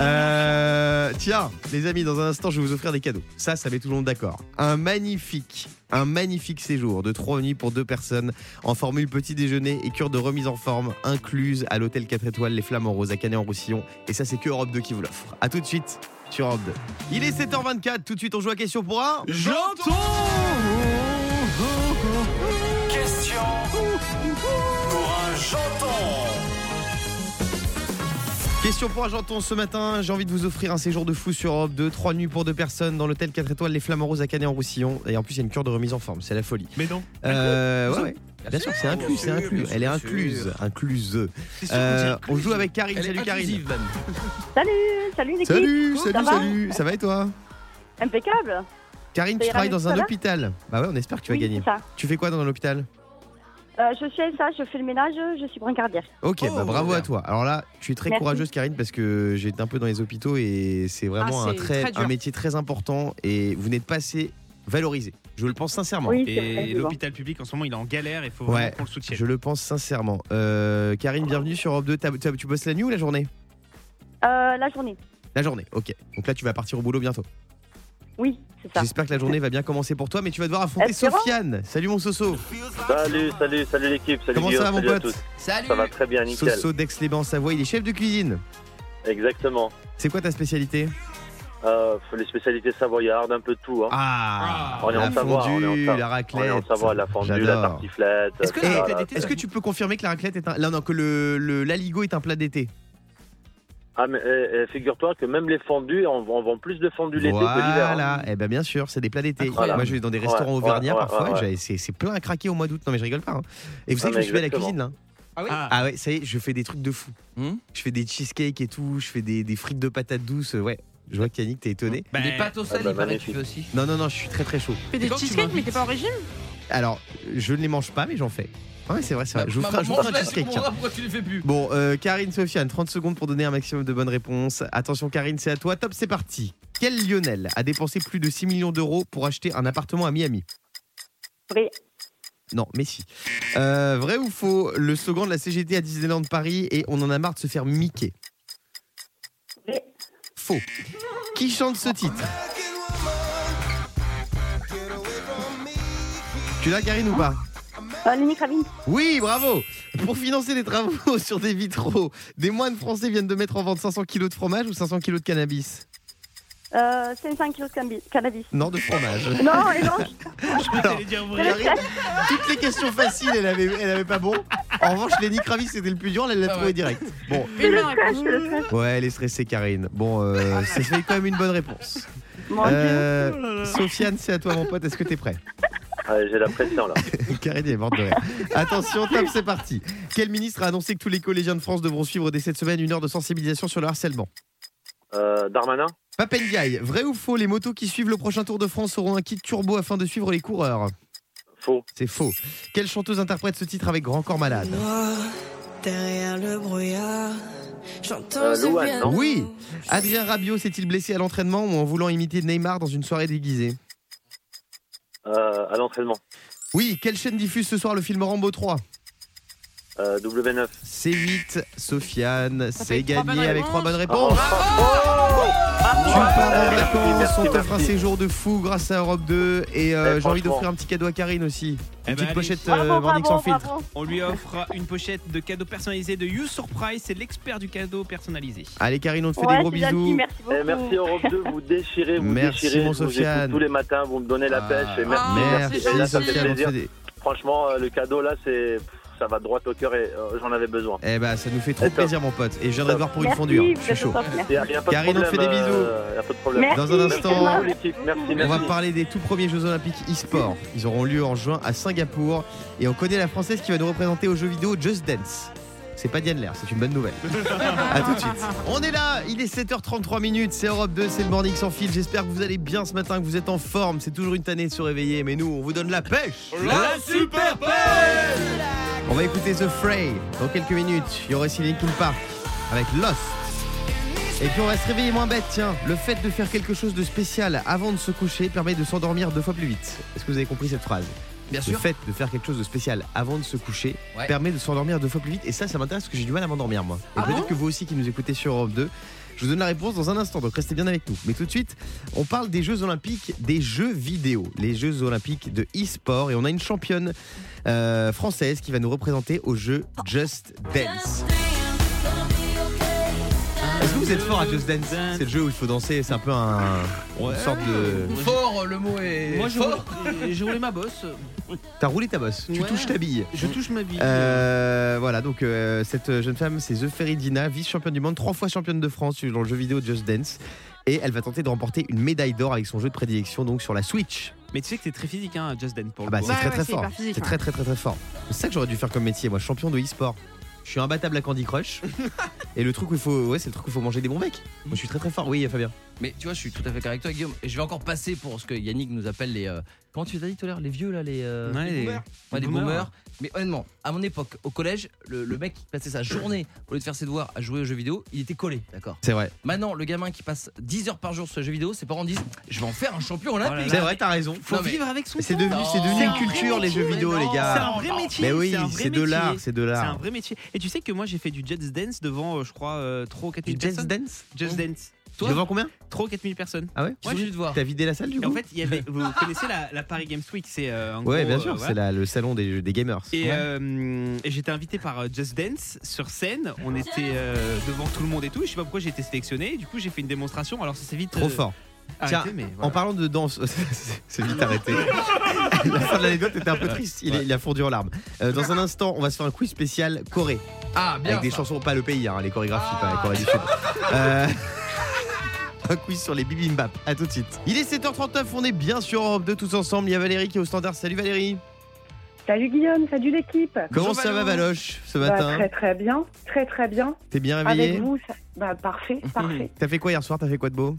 Speaker 3: Euh, tiens, les amis, dans un instant, je vais vous offrir des cadeaux. Ça, ça met tout le monde d'accord. Un magnifique, un magnifique séjour de trois nuits pour deux personnes en formule petit déjeuner et cure de remise en forme incluse à l'hôtel 4 étoiles Les Flammes en Rose à Canet-en-Roussillon. Et ça, c'est que Europe 2 qui vous l'offre. À tout de suite sur Europe 2. Il est 7h24. Tout de suite, on joue à question pour un.
Speaker 2: Question pour un janton.
Speaker 3: Question pour Argenton ce matin, j'ai envie de vous offrir un séjour de fou sur Europe 2, 3 nuits pour deux personnes dans l'hôtel 4 étoiles Les Flamants Roses à Canet en Roussillon. Et en plus, il y a une cure de remise en forme, c'est la folie.
Speaker 7: Mais non.
Speaker 3: Euh, ouais, ouais. Bien sûr, c'est inclus, c'est inclus. Elle est incluse, incluse.
Speaker 7: C'est sûr qu'on dit
Speaker 3: Euh,
Speaker 7: inclus.
Speaker 3: on joue avec Karine.
Speaker 6: Elle est
Speaker 3: Salut Karine.
Speaker 6: inclusive, même.
Speaker 5: Salut, salut l'équipe.
Speaker 3: Salut,
Speaker 5: Comment
Speaker 3: salut,
Speaker 5: ça va
Speaker 3: salut. Ça va et toi
Speaker 5: Impeccable.
Speaker 3: Karine,
Speaker 5: Ça
Speaker 3: tu
Speaker 5: ira
Speaker 3: travailles dans
Speaker 5: mieux
Speaker 3: un
Speaker 5: tout à
Speaker 3: hôpital. Bah ouais, on espère que tu vas
Speaker 5: Oui,
Speaker 3: gagner.
Speaker 5: c'est ça.
Speaker 3: Tu fais quoi dans un hôpital
Speaker 5: Euh, je suis ça, je fais le ménage, je suis brancardière.
Speaker 3: Ok,
Speaker 6: Oh,
Speaker 3: bah bravo à
Speaker 6: bien.
Speaker 3: toi. Alors là, tu es très
Speaker 5: Merci.
Speaker 3: courageuse, Karine, parce que j'étais un peu dans les hôpitaux et c'est vraiment
Speaker 4: Ah,
Speaker 3: un,
Speaker 4: c'est
Speaker 3: très,
Speaker 4: très dur.
Speaker 3: un métier très important et vous n'êtes pas assez valorisé. Je le pense sincèrement.
Speaker 5: Oui, c'est vrai,
Speaker 7: Et
Speaker 5: c'est bon.
Speaker 7: l'hôpital public en ce moment, il est en galère et il faut
Speaker 3: Ouais.
Speaker 7: vraiment qu'on le soutienne.
Speaker 3: Je le pense sincèrement. Euh, Karine, bienvenue sur Europe 2. T'as- t'as- tu bosses la nuit ou la journée
Speaker 5: Euh, la journée.
Speaker 3: La journée, ok. Donc là, tu vas partir au boulot bientôt.
Speaker 5: Oui, c'est ça.
Speaker 3: J'espère que la journée va bien commencer pour toi, mais tu vas devoir affronter
Speaker 5: Espérons.
Speaker 3: Sofiane. Salut mon Soso.
Speaker 8: Salut, salut, salut l'équipe, salut
Speaker 3: Comment
Speaker 8: Guillaume,
Speaker 3: ça va, mon
Speaker 8: salut à
Speaker 3: pote
Speaker 8: tous.
Speaker 6: Salut
Speaker 8: Ça va très bien, nickel.
Speaker 3: Soso d'Aix-les-Bains, en Savoie. Il est chef de cuisine.
Speaker 8: Exactement.
Speaker 3: C'est quoi ta spécialité
Speaker 8: Euh, les spécialités savoyardes, un peu de tout. Hein.
Speaker 3: Ah,
Speaker 8: On est en
Speaker 3: la
Speaker 8: Savoie, on est en
Speaker 3: fondue, la
Speaker 8: Savoie. On est
Speaker 3: raclette.
Speaker 8: en Savoie, la fondue, la
Speaker 3: J'adore.
Speaker 8: tartiflette.
Speaker 7: Est-ce que
Speaker 8: ça,
Speaker 7: la
Speaker 8: là,
Speaker 7: raclette
Speaker 3: Est-ce que tu peux confirmer que la raclette est un. Là, non, que le, le- l'aligot est un plat d'été.
Speaker 8: Ah, mais eh, eh, figure-toi que même les fondus, on, on vend plus de fondus l'été que l'hiver. hein.
Speaker 3: Voilà, eh ben, bien sûr, c'est des plats d'été.
Speaker 6: Incroyable.
Speaker 3: Moi, je vais dans des restaurants
Speaker 8: Ouais,
Speaker 3: auvergnats
Speaker 8: ouais, ouais,
Speaker 3: parfois,
Speaker 8: ouais.
Speaker 3: j'avais- c'est, c'est plein à craquer au mois d'août. Non, mais je rigole pas. hein. Et vous
Speaker 8: Non,
Speaker 3: savez que
Speaker 8: mais
Speaker 3: je suis à la
Speaker 8: exactement.
Speaker 3: cuisine là
Speaker 7: Ah.
Speaker 3: Ah ouais, ça y est, je fais des trucs de fou.
Speaker 6: Hmm
Speaker 3: je fais des cheesecakes et tout, je fais des, des frites de patates douces. euh, Ouais, je vois qu'Yannick, t'es étonné.
Speaker 7: Bah,
Speaker 6: Les pâtes au sel,
Speaker 8: Ah bah,
Speaker 6: il paraît que tu
Speaker 8: magnifique.
Speaker 6: fais aussi.
Speaker 3: Non, non, non, je suis très très chaud.
Speaker 4: Fais des
Speaker 6: Quand tu
Speaker 4: cheesecakes, mais
Speaker 6: m'invites.
Speaker 4: t'es pas en régime
Speaker 3: Alors, je ne les mange pas, mais j'en fais. Ah ouais, c'est vrai, c'est vrai. Je vous
Speaker 6: Bah,
Speaker 3: ferai, je vous
Speaker 6: mange
Speaker 3: ferai
Speaker 6: la,
Speaker 3: un cheesecake.
Speaker 6: c'est
Speaker 3: tiens.
Speaker 6: pour moi, Pourquoi tu les fais plus
Speaker 3: Bon, euh, Karine, Sofiane, 30 secondes pour donner un maximum de bonnes réponses. Attention, Karine, c'est à toi. Top, c'est parti. Quel Lionel a dépensé plus de 6 millions d'euros pour acheter un appartement à Miami
Speaker 5: Vrai.
Speaker 3: Non, Messi. Euh, vrai ou faux Le slogan de la CGT à Disneyland Paris et on en a marre de se faire miquer.
Speaker 5: Vrai.
Speaker 3: Faux. Qui chante ce titre Tu l'as, Karine, ou pas
Speaker 5: Euh, Lenny Kravitz.
Speaker 3: oui, bravo Pour financer des travaux sur des vitraux, des moines français viennent de mettre en vente 500 kilos de fromage ou 500 kilos de cannabis
Speaker 5: Euh, 500 kilos de cannabi- cannabis.
Speaker 3: Non, de fromage.
Speaker 5: Non, et non,
Speaker 3: Alors,
Speaker 7: dire
Speaker 5: je le
Speaker 3: Karine, toutes les questions faciles, elle avait, elle avait pas bon. En revanche, Lenny Kravitz, c'était le plus dur, elle l'a
Speaker 6: Ah
Speaker 3: trouvé
Speaker 6: ouais.
Speaker 3: direct. Bon,
Speaker 4: Une bonne
Speaker 5: stress,
Speaker 4: réponse.
Speaker 5: je le stress.
Speaker 3: ouais, elle est stressée, Karine. Bon, euh, ça fait quand même une bonne réponse.
Speaker 5: Mon Dieu.
Speaker 3: Euh, Sofiane, c'est à toi, mon pote, est-ce que t'es prêt
Speaker 8: Ah, J'ai la pression là.
Speaker 3: Karine est morte de rire. Attention, top, c'est parti. Quel ministre a annoncé que tous les collégiens de France devront suivre dès cette semaine une heure de sensibilisation sur le harcèlement
Speaker 8: Euh, Darmanin
Speaker 3: Papendiaï, vrai ou faux, les motos qui suivent le prochain Tour de France auront un kit turbo afin de suivre les coureurs
Speaker 8: Faux.
Speaker 3: C'est faux. Quelle chanteuse interprète ce titre avec Grand Corps Malade
Speaker 9: Moi, derrière le brouillard, j'entends
Speaker 8: Euh,
Speaker 9: ce
Speaker 8: Louane,
Speaker 9: bien-
Speaker 8: non
Speaker 3: Oui Adrien Rabiot s'est-il blessé à l'entraînement ou en voulant imiter Neymar dans une soirée déguisée
Speaker 8: Euh, à l'entraînement.
Speaker 3: Oui, quelle chaîne diffuse ce soir le film Rambo 3
Speaker 8: Euh, W9.
Speaker 3: C8, Sofiane,
Speaker 4: Ça
Speaker 3: c'est
Speaker 4: fait trois
Speaker 3: gagné
Speaker 4: bonnes
Speaker 3: avec
Speaker 4: réponses.
Speaker 3: trois bonnes
Speaker 8: Oh,
Speaker 3: réponses. Tu pars en vacances, on t'offre un séjour de fou grâce à Europe 2 et euh,
Speaker 8: Eh,
Speaker 3: j'ai envie
Speaker 8: franchement.
Speaker 3: d'offrir un petit cadeau à Karine aussi.
Speaker 7: Eh
Speaker 3: Une
Speaker 7: ben,
Speaker 3: petite
Speaker 7: allez.
Speaker 3: pochette euh,
Speaker 5: Bravo,
Speaker 3: Morning sans
Speaker 5: bravo,
Speaker 3: filtre.
Speaker 5: bravo.
Speaker 7: On lui offre une pochette de cadeaux personnalisés de You Surprise. C'est l'expert du cadeau personnalisé.
Speaker 3: Allez Karine, on te fait
Speaker 5: Ouais,
Speaker 3: des gros
Speaker 5: c'est gentil,
Speaker 3: bisous.
Speaker 5: merci beaucoup.
Speaker 8: Eh, merci Europe 2, vous déchirez, vous
Speaker 3: Merci,
Speaker 8: déchirez.
Speaker 3: mon
Speaker 8: je vous
Speaker 3: Sofiane.
Speaker 8: écoute tous les matins, vous me donnez la
Speaker 6: Ah.
Speaker 8: pêche. Et merci,
Speaker 4: Ah,
Speaker 3: Merci,
Speaker 8: Et là, ça
Speaker 4: gentil.
Speaker 8: fait
Speaker 3: Sofiane, on te
Speaker 8: plaisir.
Speaker 3: fait des-
Speaker 8: Franchement, euh, le cadeau là, c'est pff, ça va droit au cœur et euh, j'en avais besoin.
Speaker 3: Eh bah ça nous fait trop
Speaker 8: Attends.
Speaker 3: plaisir mon pote et je viendrai te voir pour une
Speaker 5: Merci,
Speaker 3: fondue. hein.
Speaker 5: vous
Speaker 3: Je suis
Speaker 5: êtes au
Speaker 3: chaud.
Speaker 5: top, merci.
Speaker 8: Il y a, il y a pas
Speaker 3: Karine,
Speaker 8: de
Speaker 3: on te fait
Speaker 8: problème.
Speaker 3: des bisous.
Speaker 8: euh, il y a pas de problème.
Speaker 5: Merci,
Speaker 3: Dans un
Speaker 8: Merci
Speaker 3: instant,
Speaker 8: beaucoup, l'équipe. Merci,
Speaker 3: On
Speaker 8: merci.
Speaker 3: va parler des tout premiers Jeux Olympiques e-sport. Ils auront lieu en juin à Singapour et on connaît la française qui va nous représenter aux jeux vidéo Just Dance. C'est pas Diane Lair, c'est une bonne nouvelle. à
Speaker 4: Ah,
Speaker 3: Ah, tout de suite. On est là, il est 7h33 minutes, c'est Europe 2, c'est le morning sans fil. J'espère que vous allez bien ce matin, que vous êtes en forme. C'est toujours une tannée de se réveiller, mais nous, on vous donne la pêche.
Speaker 7: La super
Speaker 3: On va écouter The Fray dans quelques minutes. Il y aura aussi Linkin Park avec Lost. Et puis on va se réveiller moins bête, tiens. Le fait de faire quelque chose de spécial avant de se coucher permet de s'endormir deux fois plus vite. Est-ce que vous avez compris cette phrase
Speaker 6: Bien
Speaker 3: Le
Speaker 6: sûr.
Speaker 3: fait de faire quelque chose de spécial avant de se coucher
Speaker 6: Ouais.
Speaker 3: permet de s'endormir deux fois plus vite. Et ça, ça m'intéresse parce que j'ai du mal à m'endormir, moi. Et
Speaker 4: Ah
Speaker 3: peut-être
Speaker 4: bon
Speaker 3: que vous aussi qui nous écoutez sur Europe 2. Je vous donne la réponse dans un instant, donc restez bien avec nous. Mais tout de suite, on parle des Jeux Olympiques, des Jeux vidéo, les Jeux Olympiques de e-sport. Et on a une championne euh, française qui va nous représenter au jeu Just Dance. Est-ce que vous êtes fort à Just Dance C'est le jeu où il faut danser, c'est un peu un, une sorte de.
Speaker 6: Fort, le mot est.
Speaker 7: Moi, je
Speaker 6: fort.
Speaker 7: roulais, je roulais ma bosse.
Speaker 3: T'as roulé ta bosse, tu
Speaker 7: Ouais.
Speaker 3: touches ta bille.
Speaker 7: Je touche ma bille.
Speaker 3: Euh, voilà, donc euh, cette jeune femme, c'est Zeferidina, vice-championne du monde, trois fois championne de France dans le jeu vidéo Just Dance. Et elle va tenter de remporter une médaille d'or avec son jeu de prédilection, donc sur la Switch.
Speaker 7: Mais tu sais que t'es très physique, hein, Just Dance, pour
Speaker 3: Ah
Speaker 7: le
Speaker 3: bah,
Speaker 7: coup.
Speaker 3: c'est très
Speaker 4: ouais,
Speaker 3: très
Speaker 4: c'est
Speaker 3: fort.
Speaker 4: hyper physique,
Speaker 3: C'est
Speaker 4: ouais.
Speaker 3: très très très très fort. C'est ça que j'aurais dû faire comme métier, moi, champion de e-sport. Je suis imbattable à Candy Crush. et le truc où il faut, ouais, c'est le truc où il faut manger des bons becs. Moi, je suis très très fort. Oui, Fabien.
Speaker 6: Mais tu vois, je suis tout à fait correct avec toi, Guillaume. Et je vais encore passer pour ce que Yannick nous appelle les. euh, comment tu as dit tout à l'heure Les vieux, là, les. euh,
Speaker 7: Ouais, les-
Speaker 6: Ouais, les
Speaker 7: boomers.
Speaker 6: boomers. Mais honnêtement, à mon époque, au collège, le, le mec qui passait sa journée, au lieu de faire ses devoirs, à jouer aux jeux vidéo, il était collé, d'accord
Speaker 3: C'est vrai.
Speaker 6: Maintenant, le gamin qui passe 10 heures par jour sur les jeux vidéo, ses parents disent Je vais en faire un champion olympique.
Speaker 3: C'est vrai, t'as raison.
Speaker 7: Faut
Speaker 6: Non, mais-
Speaker 7: vivre avec son
Speaker 3: C'est
Speaker 7: temps.
Speaker 3: devenu, c'est devenu
Speaker 6: C'est
Speaker 3: une
Speaker 6: un
Speaker 3: culture, les jeux vidéo, les
Speaker 7: C'est
Speaker 3: gars.
Speaker 7: un vrai métier.
Speaker 3: Mais oui,
Speaker 7: un vrai
Speaker 3: c'est de
Speaker 7: métier.
Speaker 3: l'art, c'est de
Speaker 7: C'est un
Speaker 3: l'art.
Speaker 7: vrai métier. Et tu sais que moi j'ai fait du Just Dance devant, euh, je crois, euh, 3 ou 4
Speaker 3: Du
Speaker 7: 000
Speaker 3: Just
Speaker 7: personnes.
Speaker 3: Dance
Speaker 7: Just Dance. Toi
Speaker 3: Devant combien
Speaker 7: 3 ou 4 000 personnes.
Speaker 3: Ah ouais
Speaker 6: Ils sont venus te voir.
Speaker 3: T'as vidé la salle du
Speaker 7: Et
Speaker 3: coup
Speaker 7: en fait, il y avait, vous connaissez la, la Paris Games Week, c'est euh, en
Speaker 3: Ouais,
Speaker 7: gros,
Speaker 3: bien
Speaker 7: euh,
Speaker 3: sûr,
Speaker 7: voilà.
Speaker 3: c'est la- le salon des, jeux- des gamers.
Speaker 7: Et,
Speaker 3: Ouais.
Speaker 7: euh, et j'étais invité par euh, Just Dance sur scène. On était euh, devant tout le monde et tout. Je sais pas pourquoi j'ai été sélectionné. Du coup, j'ai fait une démonstration. Alors ça s'est vite
Speaker 3: Trop
Speaker 7: euh,
Speaker 3: fort.
Speaker 7: arrêté,
Speaker 3: Tiens,
Speaker 7: mais
Speaker 3: En
Speaker 7: voilà.
Speaker 3: parlant de danse, c'est vite arrêté. la fin de l'anecdote était un peu triste. Il, est- il a fondu en larmes. Euh, dans un instant, on va se faire un quiz spécial Corée
Speaker 6: Ah, bien.
Speaker 3: avec des
Speaker 6: ça.
Speaker 3: chansons, pas le pays, hein, les chorégraphies,
Speaker 6: Ah.
Speaker 3: pas la Corée du Sud.
Speaker 7: Ah.
Speaker 3: Euh, Un quiz sur les bibimbap. À tout de suite. Il est 7h39. On est bien sur Europe 2 tous ensemble. Il y a Valérie qui est au standard. Salut Valérie.
Speaker 5: Salut Guillaume, salut l'équipe.
Speaker 3: Comment ça va Valoche ce
Speaker 10: Bah,
Speaker 3: matin
Speaker 10: très très bien, très très bien.
Speaker 3: T'es bien
Speaker 10: Avec
Speaker 3: réveillée
Speaker 10: vous, ça- bah, parfait, parfait.
Speaker 3: T'as fait quoi hier soir T'as fait quoi de beau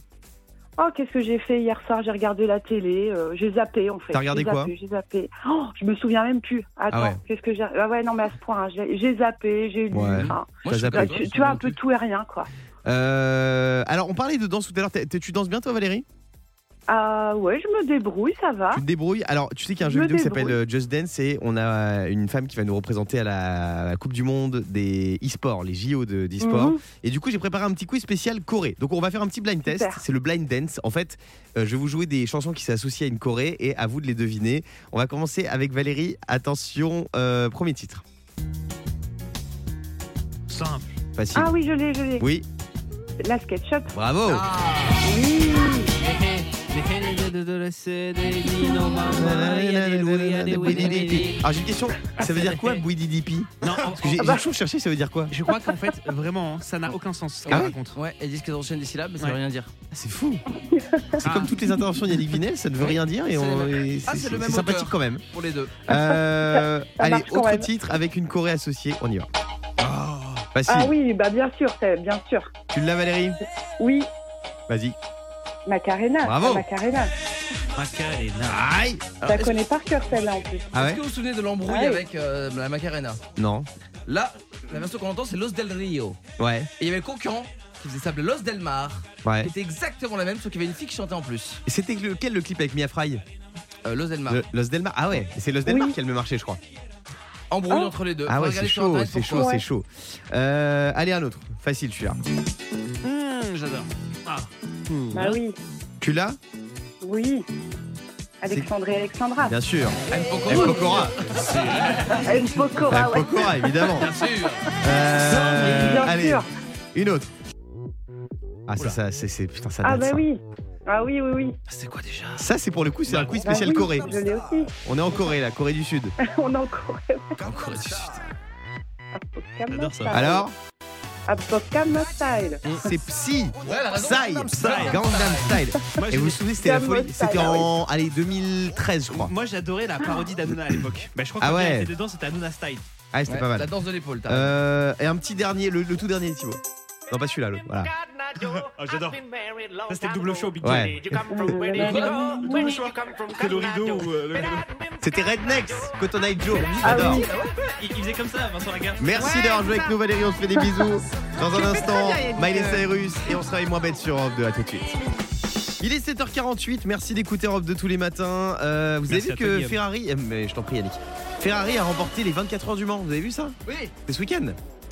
Speaker 10: Oh, qu'est-ce que j'ai fait hier soir J'ai regardé la télé, euh, j'ai zappé en fait.
Speaker 3: T'as regardé
Speaker 10: J'ai zappé,
Speaker 3: quoi
Speaker 10: J'ai zappé. Oh, je me souviens même plus. Attends,
Speaker 3: Ah ouais.
Speaker 10: qu'est-ce que j'ai Ah ouais, non mais à ce point, hein, j'ai j'ai zappé, j'ai lu.
Speaker 3: Ouais. Ah,
Speaker 10: enfin,
Speaker 6: Moi, je suis
Speaker 3: T'as
Speaker 10: bah,
Speaker 6: comme
Speaker 3: zappé.
Speaker 6: toi,
Speaker 10: tu,
Speaker 6: je
Speaker 10: tu vois
Speaker 6: me
Speaker 10: un peu
Speaker 6: souviens
Speaker 10: tout et rien quoi.
Speaker 3: Euh, Alors on parlait de danse tout à l'heure. T'es- t'es- Tu danses bien toi Valérie
Speaker 10: Ah ouais, je me débrouille, ça va.
Speaker 3: Tu te débrouilles. Alors, tu sais qu'il y a un jeu
Speaker 10: Ah. Je me
Speaker 3: vidéo qui s'appelle
Speaker 10: débrouille.
Speaker 3: euh, Just Dance et on a euh, une femme qui va nous représenter à la, à la Coupe du Monde des e-sports, les JO de- d'e-sport.
Speaker 10: Mhm.
Speaker 3: Et du coup, j'ai préparé un petit quiz spécial Corée. Donc, on va faire un petit blind test.
Speaker 10: Super.
Speaker 3: C'est le blind dance. En fait, euh, je vais vous jouer des chansons qui s'associent à une Corée et à vous de les deviner. On va commencer avec Valérie. Attention, euh, premier titre.
Speaker 7: Simple.
Speaker 3: Facile.
Speaker 10: Ah oui, je l'ai, je l'ai.
Speaker 3: Oui,
Speaker 10: La SketchUp.
Speaker 3: bravo.
Speaker 10: Oui.
Speaker 3: Alors, j'ai une question. Ça veut dire quoi, Bouididipi
Speaker 7: Non, en-
Speaker 3: Parce que j'ai
Speaker 10: Ah
Speaker 7: en-
Speaker 10: bah.
Speaker 3: j'ai toujours cherché, ça veut dire quoi
Speaker 7: je crois qu'en fait, vraiment, hein, ça n'a aucun sens ce qu'elle
Speaker 3: Ah ouais
Speaker 7: raconte.
Speaker 6: Ouais, elles disent qu'elles enchaînent des syllabes, mais ça
Speaker 7: Ouais.
Speaker 6: veut rien dire.
Speaker 3: C'est fou. C'est
Speaker 7: Ah.
Speaker 3: comme toutes les interventions de Yannick Vinel, ça ne veut rien dire et,
Speaker 6: C'est
Speaker 3: on-
Speaker 6: le
Speaker 3: et
Speaker 6: Ah,
Speaker 3: c'est-
Speaker 6: c'est le
Speaker 3: c'est
Speaker 6: même
Speaker 3: sympathique
Speaker 6: auteur.
Speaker 3: quand même.
Speaker 6: Pour les deux.
Speaker 3: Euh, allez,
Speaker 10: marche quand
Speaker 3: autre
Speaker 10: même.
Speaker 3: titre avec une Corée associée, on y va. Facile.
Speaker 10: Ah oui, bah bien sûr, c'est- bien sûr.
Speaker 3: Tu l'as Valérie
Speaker 10: Oui,
Speaker 3: Vas-y.
Speaker 10: Macarena.
Speaker 3: Bravo.
Speaker 10: Macarena.
Speaker 7: Macarena.
Speaker 3: Aïe
Speaker 10: Je la connais par cœur celle-là en plus.
Speaker 3: Ah
Speaker 6: Est-ce
Speaker 3: ouais
Speaker 6: que vous vous souvenez de l'embrouille
Speaker 10: Ouais.
Speaker 6: avec euh, la Macarena
Speaker 3: Non.
Speaker 6: Là, la version qu'on entend, c'est Los del Rio.
Speaker 3: Ouais,
Speaker 6: Et il y avait le concurrent qui faisait s'appeler Los del Mar,
Speaker 3: ouais.
Speaker 6: qui était exactement la même, sauf qu'il y avait une fille qui chantait en plus.
Speaker 3: C'était lequel le clip avec Mia Fry
Speaker 6: Euh, Los del Mar.
Speaker 3: Le- Los Delmar. Ah ouais, c'est Los Delmar
Speaker 10: Oui.
Speaker 3: qui a le marché, je crois.
Speaker 6: Embrouille
Speaker 10: Ah.
Speaker 6: entre les deux.
Speaker 3: Ah
Speaker 6: Euh, Faut
Speaker 3: ouais, c'est
Speaker 6: regarder sur
Speaker 3: chaud,
Speaker 6: Internet
Speaker 3: c'est
Speaker 6: pourquoi.
Speaker 3: chaud, c'est chaud. Euh, allez, un autre. Facile, celui-là.
Speaker 7: Hum, J'adore. Ah. Hum.
Speaker 10: Bah oui,
Speaker 3: Tu l'as
Speaker 10: oui. Alexandre et
Speaker 6: Ah.
Speaker 10: Alexandra.
Speaker 3: Bien sûr.
Speaker 6: M. Pokora.
Speaker 3: El Pokora.
Speaker 10: Elle Pokora, Ah ouais.
Speaker 3: El Pokora, évidemment.
Speaker 6: Bien sûr.
Speaker 3: Euh,
Speaker 10: Bien
Speaker 3: allez,
Speaker 10: sûr.
Speaker 3: une autre. Ah, ça,
Speaker 6: Oula.
Speaker 3: ça, c'est, c'est- putain, ça
Speaker 10: Ah
Speaker 3: date,
Speaker 10: bah
Speaker 3: ça.
Speaker 10: oui. Ah oui, oui, oui.
Speaker 6: C'est quoi déjà
Speaker 3: Ça, c'est pour le coup, c'est un quiz
Speaker 10: Bah
Speaker 3: spécial
Speaker 10: oui,
Speaker 3: Corée.
Speaker 10: Je l'ai aussi.
Speaker 3: On est en Corée, là, Corée du Sud.
Speaker 10: On est en Corée.
Speaker 6: Encore du Sud.
Speaker 10: J'adore ça.
Speaker 3: Alors,
Speaker 10: Apokama Style.
Speaker 3: c'est Psy,
Speaker 6: Ouais, elle a raison.
Speaker 3: Psy, Psy, Gangnam Style.
Speaker 7: Moi,
Speaker 3: Et
Speaker 7: j'ai-
Speaker 3: vous vous souvenez, c'était la
Speaker 10: Gangnam
Speaker 3: folie.
Speaker 10: Style,
Speaker 3: C'était
Speaker 10: ah oui.
Speaker 3: en, allez, 2013, je crois.
Speaker 7: Moi, j'adorais la parodie d'Anouna à l'époque. Bah, je crois que
Speaker 3: Ah
Speaker 7: quand
Speaker 3: ouais.
Speaker 7: elle était dedans, c'était Anouna Style.
Speaker 3: Ah, c'était
Speaker 6: Ouais,
Speaker 3: pas
Speaker 6: La
Speaker 3: mal.
Speaker 6: danse de l'épaule, t'as raison.
Speaker 3: Euh, et un petit dernier, le, le tout dernier, Thibaut. Non, pas celui-là, l'autre. Voilà.
Speaker 7: Oh, j'adore. Ça, c'était le double show, Big
Speaker 3: Ouais.
Speaker 7: Daddy.
Speaker 2: Double show.
Speaker 7: C'était le rideau. ou, euh, le-
Speaker 3: C'était Rednex, Cotton Eye Joe.
Speaker 10: Ah
Speaker 3: J'adore.
Speaker 10: oui.
Speaker 7: Il, il faisait comme ça, Vincent Lagarde.
Speaker 3: Merci
Speaker 4: Ouais,
Speaker 3: d'avoir joué avec nous, Valérie. On se fait des bisous. Dans un instant,
Speaker 4: bien, Yannick.
Speaker 3: Miley Cyrus et on sera les moins bêtes sur Europe 2. À tout de suite. Il est 7h48, merci d'écouter Europe de tous les matins. Euh, vous avez
Speaker 7: Merci à
Speaker 3: vu
Speaker 7: toi,
Speaker 3: que
Speaker 7: Guillaume.
Speaker 3: Ferrari, euh, mais je t'en prie Yannick, Ferrari a remporté les 24 heures du Mans, vous avez vu ça
Speaker 6: Oui.
Speaker 3: C'est ce week-end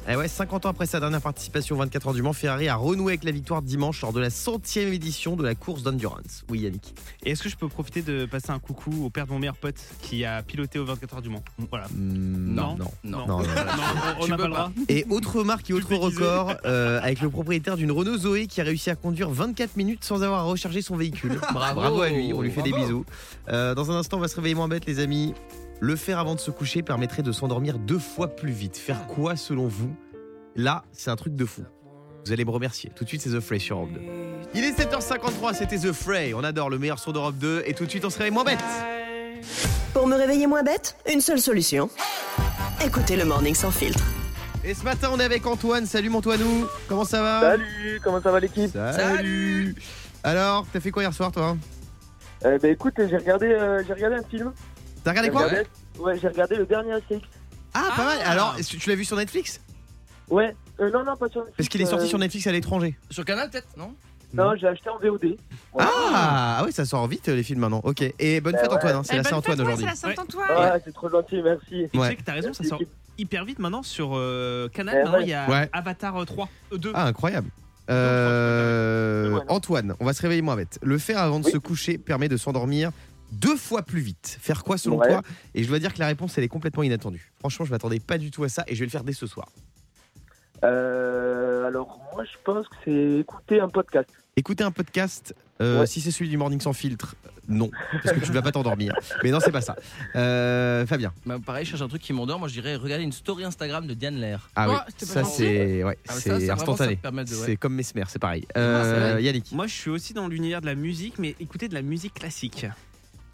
Speaker 3: eh ouais, 50 ans après sa dernière participation aux 24 heures du Mans, Ferrari a renoué avec la victoire dimanche lors de la centième édition de la course d'endurance. Oui Yannick.
Speaker 7: Et est-ce que je peux profiter de passer un coucou au père de mon meilleur pote qui a piloté au 24 heures du Mans Voilà.
Speaker 3: Hmm, Non, non,
Speaker 7: non.
Speaker 3: non, non.
Speaker 7: on- on
Speaker 6: Tu
Speaker 7: n'a
Speaker 6: peux
Speaker 7: pas le droit.
Speaker 3: Et autre marque et autre record euh, avec le propriétaire d'une Renault Zoé qui a réussi à conduire 24 minutes sans avoir à recharger son véhicule.
Speaker 6: Bravo.
Speaker 3: Ah, à lui, on lui fait des
Speaker 6: Bravo.
Speaker 3: bisous. Euh, dans un instant, on va se réveiller moins bête, les amis. Le faire avant de se coucher permettrait de s'endormir deux fois plus vite. Faire quoi selon vous Là, c'est un truc de fou. Vous allez me remercier. Tout de suite, c'est The Fray sur Europe 2. Il est 7h53, c'était The Fray. On adore le meilleur son d'Europe 2. Et tout de suite, on se réveille moins
Speaker 4: Euh,
Speaker 3: bête.
Speaker 4: eh ben,
Speaker 11: Pour me réveiller moins bête, une seule solution. Écoutez le morning sans filtre.
Speaker 3: Et ce matin, on est avec Antoine. Salut, mon Antoinou. Comment ça va
Speaker 12: Salut, comment ça va l'équipe
Speaker 3: Salut. Alors, t'as fait quoi hier soir, toi
Speaker 12: Eh ben écoute, j'ai regardé, euh, j'ai regardé un film.
Speaker 3: T'as regardé
Speaker 12: J'ai
Speaker 3: quoi
Speaker 12: regardé- Ouais, j'ai regardé le dernier ACX.
Speaker 3: Ah, pas mal. Alors, est-ce que tu l'as vu sur Netflix
Speaker 12: Ouais, Euh, non, non, pas sur Netflix.
Speaker 3: Parce qu'il est sorti
Speaker 12: euh,
Speaker 3: sur Netflix à l'étranger.
Speaker 6: Sur Canal, peut-être, non
Speaker 12: Non, j'ai acheté en VOD.
Speaker 3: Ah, ah oui, ça sort vite les films maintenant. Ok. Et bonne
Speaker 12: Bah
Speaker 3: fête,
Speaker 12: ouais.
Speaker 3: Antoine. hein. C'est
Speaker 12: Eh,
Speaker 3: la
Speaker 12: bonne
Speaker 3: Saint-Antoine
Speaker 12: fête, ouais,
Speaker 3: aujourd'hui.
Speaker 12: c'est la
Speaker 4: Saint-Antoine.
Speaker 12: Ah, c'est trop gentil, merci.
Speaker 7: Et
Speaker 3: Ouais.
Speaker 7: Tu sais que t'as raison, ça sort hyper vite maintenant sur euh, Canal.
Speaker 12: Eh
Speaker 7: Maintenant,
Speaker 12: ouais.
Speaker 7: il y a
Speaker 3: Ouais.
Speaker 7: Avatar euh, 3, euh, 2.
Speaker 3: Ah, incroyable. Euh, Antoine, on va se réveiller moins bête. Le faire avant de se coucher permet de s'endormir deux fois plus vite. Faire quoi selon
Speaker 12: Ouais.
Speaker 3: toi Et je dois dire que la réponse, elle est complètement inattendue. Franchement, je m'attendais pas du tout à ça et je vais le faire dès ce soir.
Speaker 12: Euh, alors, moi, je pense que c'est écouter un podcast.
Speaker 3: Écouter un podcast, euh, si c'est celui du Morning sans filtre, euh, non, parce que tu ne vas pas t'endormir. Mais non, c'est pas ça. Euh, Fabien.
Speaker 6: Bah, pareil, je cherche un truc qui m'endort. Moi, je dirais regarder une story Instagram de Diane Lair.
Speaker 3: Ah oui, ça c'est ouais,
Speaker 6: Ah,
Speaker 3: c'est
Speaker 6: mais ça, ça, vraiment, ça
Speaker 3: instantané.
Speaker 6: me permet de- ouais.
Speaker 3: C'est comme Mesmer, c'est pareil.
Speaker 6: Ah, c'est
Speaker 3: Euh,
Speaker 6: vrai.
Speaker 3: Yannick.
Speaker 7: Moi, je suis aussi dans l'univers de la musique, mais écouter de la musique classique.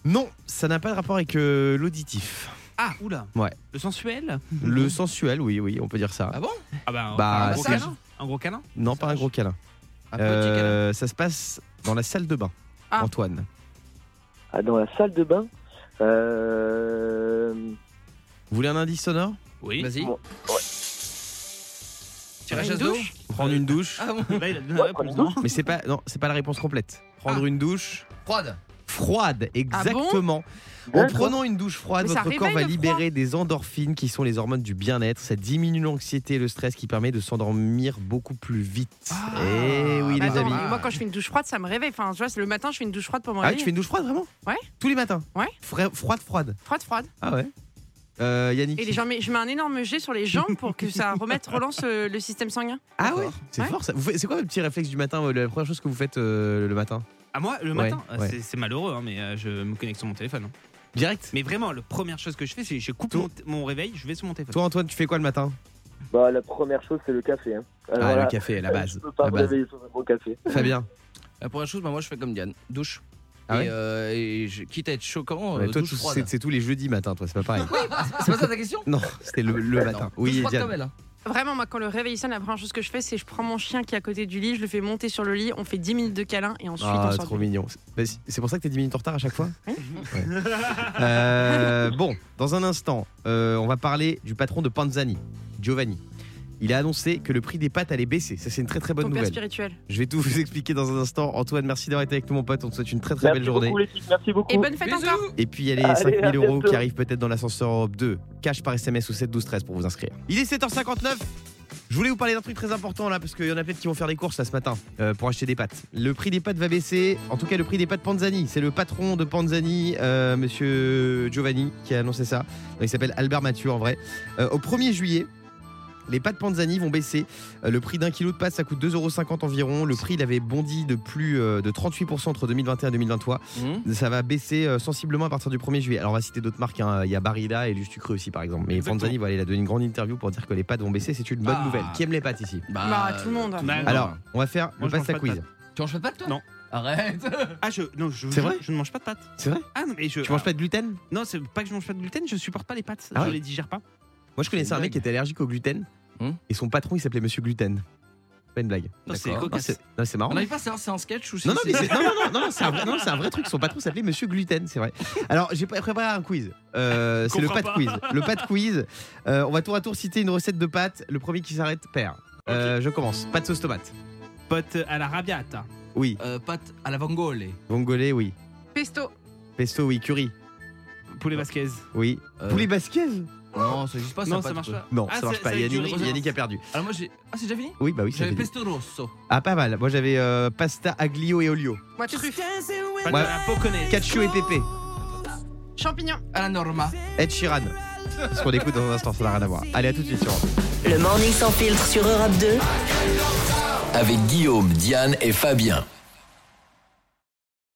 Speaker 3: Non, ça n'a pas de rapport avec euh, l'auditif.
Speaker 7: Ah, oula.
Speaker 3: Ouais.
Speaker 7: Le sensuel
Speaker 3: Le sensuel, oui, oui, on peut dire ça.
Speaker 6: Ah bon
Speaker 7: Ah bah,
Speaker 3: Bah,
Speaker 7: un, gros
Speaker 3: c'est-
Speaker 7: câlin, un gros câlin.
Speaker 3: Non, pas un gros câlin.
Speaker 7: Un petit câlin.
Speaker 3: Euh, ça se passe dans la salle de bain.
Speaker 4: Ah.
Speaker 3: Antoine.
Speaker 12: Ah, dans la salle de bain. Euh...
Speaker 3: Vous voulez un indice sonore
Speaker 7: Oui.
Speaker 6: Vas-y.
Speaker 12: Bon,
Speaker 6: Tirage à dos
Speaker 3: Prendre une douche.
Speaker 6: Ah bon
Speaker 7: Là, Bah, il a donné la réponse,
Speaker 3: Mais c'est pas non, c'est pas la réponse complète. Prendre une douche
Speaker 6: Froide.
Speaker 3: froide,
Speaker 6: Ah bon
Speaker 3: exactement. en
Speaker 6: D'accord.
Speaker 3: prenant une douche froide,
Speaker 6: Mais ça
Speaker 3: votre corps va
Speaker 6: réveille le froid.
Speaker 3: libérer des endorphines qui sont les hormones du bien-être. Ça diminue l'anxiété et le stress qui permet de s'endormir beaucoup plus vite. Eh oui,
Speaker 4: Bah
Speaker 3: les
Speaker 4: attends,
Speaker 3: amis.
Speaker 4: mais Moi, quand je fais une douche froide, ça me réveille. Enfin, tu vois, c'est le matin, je fais une douche froide pour me
Speaker 3: Ah,
Speaker 4: réveiller.
Speaker 3: tu fais une douche froide vraiment
Speaker 4: Ouais.
Speaker 3: Tous les matins
Speaker 4: Ouais.
Speaker 3: Fra- Froide, froide.
Speaker 4: Froide, froide.
Speaker 3: Ah ouais. Euh, Yannick.
Speaker 4: Et les gens, mais je mets un énorme jet sur les jambes pour que ça remette, relance euh, le système sanguin.
Speaker 3: Ah ouais, c'est fort ça. Vous faites- C'est quoi le petit réflexe du matin euh, La première chose que vous faites euh, le matin
Speaker 7: Ah moi le
Speaker 3: Ouais,
Speaker 7: matin, Ah,
Speaker 3: ouais.
Speaker 7: c'est- c'est malheureux hein, mais euh, je me connecte sur mon téléphone. hein.
Speaker 3: Direct.
Speaker 7: Mais vraiment la première chose que je fais c'est je coupe mon, t- mon réveil, je vais sur mon téléphone.
Speaker 3: Toi, Antoine, tu fais quoi le matin
Speaker 12: Bah, la première chose, c'est le café. Hein. Euh,
Speaker 3: Ah,
Speaker 12: voilà.
Speaker 3: le café, la base.
Speaker 12: Je peux pas
Speaker 3: la
Speaker 12: me
Speaker 3: base.
Speaker 12: réveiller sans un bon café.
Speaker 3: Fabien.
Speaker 6: La première chose, bah, moi, je fais comme Diane. Douche.
Speaker 3: Ah ouais
Speaker 6: et, euh, et je- quitte à être choquant,
Speaker 3: Ouais,
Speaker 6: euh,
Speaker 3: toi,
Speaker 6: douche
Speaker 3: tu-
Speaker 6: froide. Ah,
Speaker 3: c'est c'est tous les jeudis matin, toi, c'est pas pareil.
Speaker 6: C'est pas ça ta question
Speaker 3: non, c'était le, le matin. Oui,
Speaker 6: Douche froide
Speaker 3: Diane.
Speaker 6: comme elle, hein.
Speaker 4: Vraiment, moi, quand le réveil sonne, la première chose que je fais, c'est je prends mon chien qui est à côté du lit, je le fais monter sur le lit, on fait 10 minutes de câlin et ensuite
Speaker 3: Ah,
Speaker 4: on sort.
Speaker 3: trop
Speaker 4: du lit.
Speaker 3: mignon. Bah, C'est c'est pour ça que t'es 10 minutes en retard à chaque fois Ouais. Euh, Bon, dans un instant, euh, on va parler du patron de Panzani, Giovanni. Il a annoncé que le prix des pâtes allait baisser. Ça, c'est une très très bonne
Speaker 4: Ton père
Speaker 3: nouvelle.
Speaker 4: spirituel.
Speaker 3: Je vais tout vous expliquer dans un instant. Antoine, merci d'avoir été avec nous, mon pote. On te souhaite une très très belle journée.
Speaker 12: Merci beaucoup.
Speaker 4: Et bonne fête encore.
Speaker 3: Et puis il y a les
Speaker 12: Allez,
Speaker 3: 5000
Speaker 12: à
Speaker 3: euros qui
Speaker 12: bientôt.
Speaker 3: arrivent peut-être dans l'ascenseur Europe 2. Cash par SMS ou 7 12 13 pour vous inscrire. Il est 7h59. Je voulais vous parler d'un truc très important là parce qu'il y en a peut-être qui vont faire des courses là ce matin euh, pour acheter des pâtes. Le prix des pâtes va baisser. En tout cas, le prix des pâtes Panzani. C'est le patron de Panzani, euh, Monsieur Giovanni, qui a annoncé ça. Il s'appelle Albert Mathieu en vrai. Euh, au 1er juillet. Les pâtes Panzani vont baisser. Euh, Le prix d'un kilo de pâtes, ça coûte 2,50€ environ. Le prix, il avait bondi de plus euh, de 38% entre 2021 et 2023. Ça va baisser euh, sensiblement à partir du 1er juillet. Alors on va citer d'autres marques, hein. il y a Barilla et Lustucru aussi par exemple. Mais
Speaker 7: Exactement.
Speaker 3: Panzani, voilà, il a donné une grande interview pour dire que les pâtes vont baisser, c'est une bonne
Speaker 6: Ah.
Speaker 3: nouvelle. Qui aime les pâtes ici
Speaker 6: Bah,
Speaker 4: Bah, tout le monde.
Speaker 7: Bah, non.
Speaker 3: Alors, on va faire le
Speaker 7: Moi, je mange
Speaker 3: passe à
Speaker 7: pas de
Speaker 3: quiz.
Speaker 7: pâtes.
Speaker 6: Tu manges pas de pâtes, toi
Speaker 7: Non.
Speaker 6: Arrête
Speaker 7: Ah je non, je
Speaker 3: C'est vrai
Speaker 7: je, ne mange pas de pâtes.
Speaker 3: C'est vrai
Speaker 7: Ah non mais je
Speaker 3: Tu manges pas de gluten
Speaker 7: Non, c'est pas que je mange pas de gluten, je supporte pas les pâtes,
Speaker 3: Ah
Speaker 7: je
Speaker 3: ouais
Speaker 7: les digère pas.
Speaker 3: Moi je connaissais un mec qui était allergique au gluten
Speaker 6: Hum.
Speaker 3: et son patron il s'appelait Monsieur Gluten. Pas une blague.
Speaker 7: Hmm Non, c'est
Speaker 3: D'accord.
Speaker 7: cocasse.
Speaker 3: Non, c'est- Non, c'est marrant.
Speaker 6: On n'arrive pas à savoir si c'est un sketch ou si
Speaker 3: Non, non, mais c'est-
Speaker 6: c'est-
Speaker 3: non, non, non, non, non, c'est un, vrai- non, c'est un vrai truc. Son patron s'appelait Monsieur Gluten, c'est vrai. Alors, j'ai pré- préparé un quiz. Euh, c'est le
Speaker 7: Comprends
Speaker 3: pat
Speaker 7: pas.
Speaker 3: quiz. Le pat quiz. Euh, on va tour à tour citer une recette de pâte. Le premier qui s'arrête perd. Euh, je commence. Pâte sauce tomate.
Speaker 7: Pâtes à la rabiata,
Speaker 3: Oui.
Speaker 6: Euh, pâte à la vongole.
Speaker 3: Vongolais, oui.
Speaker 4: Pesto.
Speaker 3: Pesto, oui. Curry.
Speaker 7: Poulet basquez.
Speaker 3: Oui. Poulet basquez
Speaker 6: Euh, Non, ça existe pas.
Speaker 7: Non,
Speaker 6: a
Speaker 7: ça
Speaker 6: de
Speaker 7: marche
Speaker 6: truc.
Speaker 7: pas.
Speaker 3: Non, ça marche pas.
Speaker 6: c'est avec du
Speaker 3: Yannick,
Speaker 6: riz.
Speaker 3: Yannick a perdu.
Speaker 6: Alors moi j'ai. Ah, c'est déjà fini
Speaker 3: Oui, bah oui, ça
Speaker 6: J'avais
Speaker 3: fait-
Speaker 6: pesto rosso.
Speaker 3: Ah, pas mal. Moi, j'avais euh, pasta aglio et olio.
Speaker 4: Moi, truffe.
Speaker 3: Moi, Cacio et pépé.
Speaker 4: Champignons.
Speaker 6: À la norma.
Speaker 3: Ed Sheeran. Ce qu'on écoute dans un instant, ça n'a rien à voir. Allez, à tout de suite sur Europe.
Speaker 11: Le Morning sans filtre sur Europe 2.
Speaker 1: Avec Guillaume, Diane et Fabien.